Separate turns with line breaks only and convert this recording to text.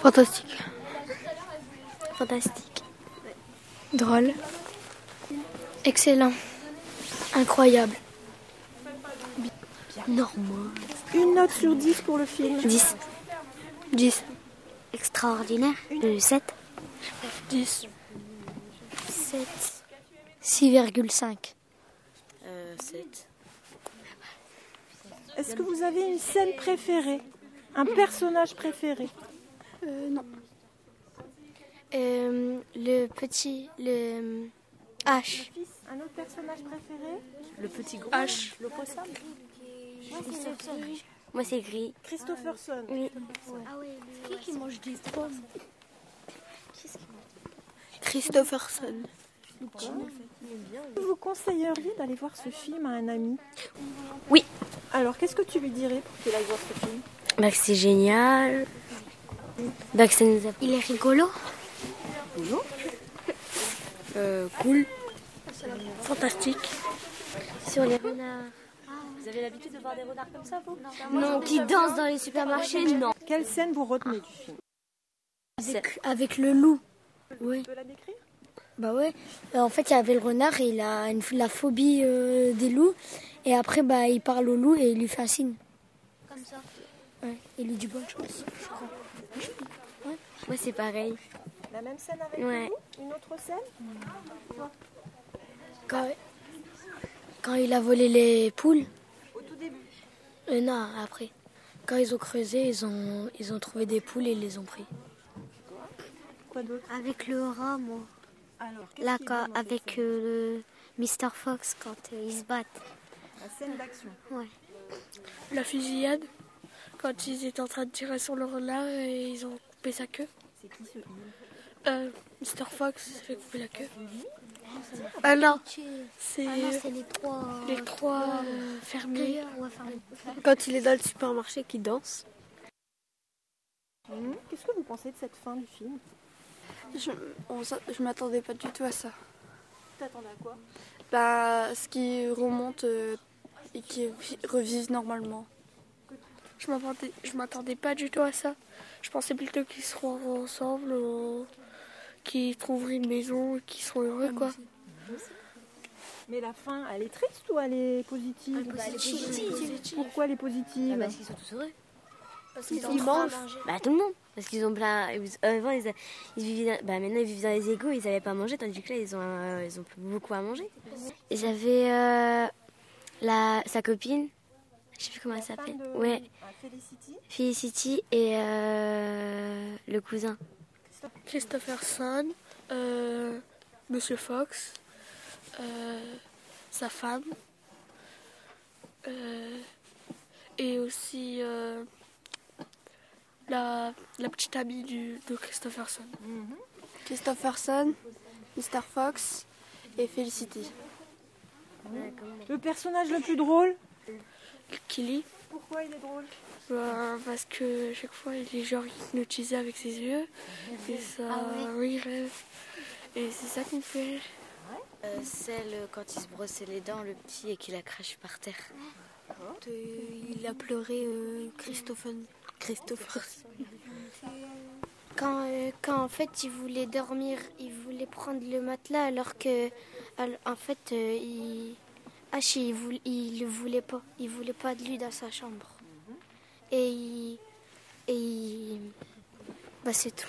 Fantastique.
Fantastique.
Drôle. Excellent. Incroyable.
Normal.
Une note sur 10 pour le film.
10.
10.
Extraordinaire.
Euh,
Le 7.
10.
7.
6,5.
Euh, 7.
Est-ce que vous avez une scène préférée Un personnage préféré
Euh, le petit. Le. euh, H.
Un autre personnage préféré
Le petit gros.
H.
Le poisson
Moi, c'est gris.
Christopherson.
Christopherson.
Vous conseilleriez d'aller voir ce film à un ami
Oui.
Alors, qu'est-ce que tu lui dirais pour qu'il aille voir ce film
Bah, que c'est génial. Bah, que ça nous a...
Il est rigolo.
cool.
Fantastique. Sur les renards.
Vous avez l'habitude de voir des renards comme ça, vous
Non, qui danse dans les supermarchés, non.
Quelle scène vous retenez du film
Avec, avec le loup.
Tu peux la décrire
Bah ouais. Euh, en fait, il y avait le renard et il a une, la phobie euh, des loups. Et après, bah, il parle au loup et il lui fait un signe. Comme ça. Ouais. Il lui dit bonne chance.
Moi, c'est pareil.
La même scène avec
Ouais.
nous Une autre scène
Quand, quand il a volé les poules.
Au tout début.
Euh, non, après. Quand ils ont creusé, ils ont, ils ont trouvé des poules et ils les ont pris.
Quoi d'autre
Avec le rat, moi.
Alors, qu'est-ce
Là,
qui est
quand,
bien dans cette
avec
scène
euh, le Mr. Fox, quand euh, ils se battent.
La scène d'action.
Ouais.
La fusillade, quand ils étaient en train de tirer sur le renard et ils ont coupé sa queue.
C'est qui ce film
Euh, Mr. Fox s'est fait couper la queue. Ah non, c'est
Ah les trois.
les trois euh, fermiers.
Quand il est dans le supermarché, qui danse.
Hum, Qu'est-ce que vous pensez de cette fin du film
Je, m'attendais pas du tout à ça.
T'attendais à quoi
Bah, ce qui remonte euh, et qui revive normalement. Je m'attendais, je m'attendais pas du tout à ça. Je pensais plutôt qu'ils seront ensemble, euh, qu'ils trouveraient une maison, et qu'ils seront
Ah,
heureux quoi.
Mais la fin, elle est triste ou elle est positive Ah bah, Pourquoi elle est positive
Ah, Parce qu'ils sont tous heureux.
Ils mangent.
Bah, tout le monde. Parce qu'ils ont plein. ils- euh, Avant, ils, ils vivaient dans- bah, maintenant, ils vivent dans les égouts, ils n'avaient pas à manger, tandis que là, ils ont, euh, ils ont plus beaucoup à manger. J'avais euh, la, sa copine, je sais plus comment elle
La
s'appelle.
femme de-
Ouais,
Ah, Felicity
Felicity et euh, le cousin.
Christopherson, euh, Monsieur Fox, euh, sa femme, euh, et aussi euh, la, la petite amie du, de Christopherson.
Mhm. Christopherson, Mr. Fox et Felicity.
Le personnage le plus drôle
Killy,
Pourquoi il est drôle
ben, parce que à chaque fois il est genre hypnotisé avec ses yeux, et ça, oui, rêve. Et c'est ça qui me fait rire.
celle euh, quand il se brossait les dents, le petit, et qu'il la crache par terre.
euh, il a pleuré euh, Christopher.
Quand, euh, quand en fait il voulait dormir, il voulait prendre le matelas alors que al- en fait euh, il H il, voul- il le voulait pas, il voulait pas de lui dans sa chambre. Et il, et il- bah c'est tout.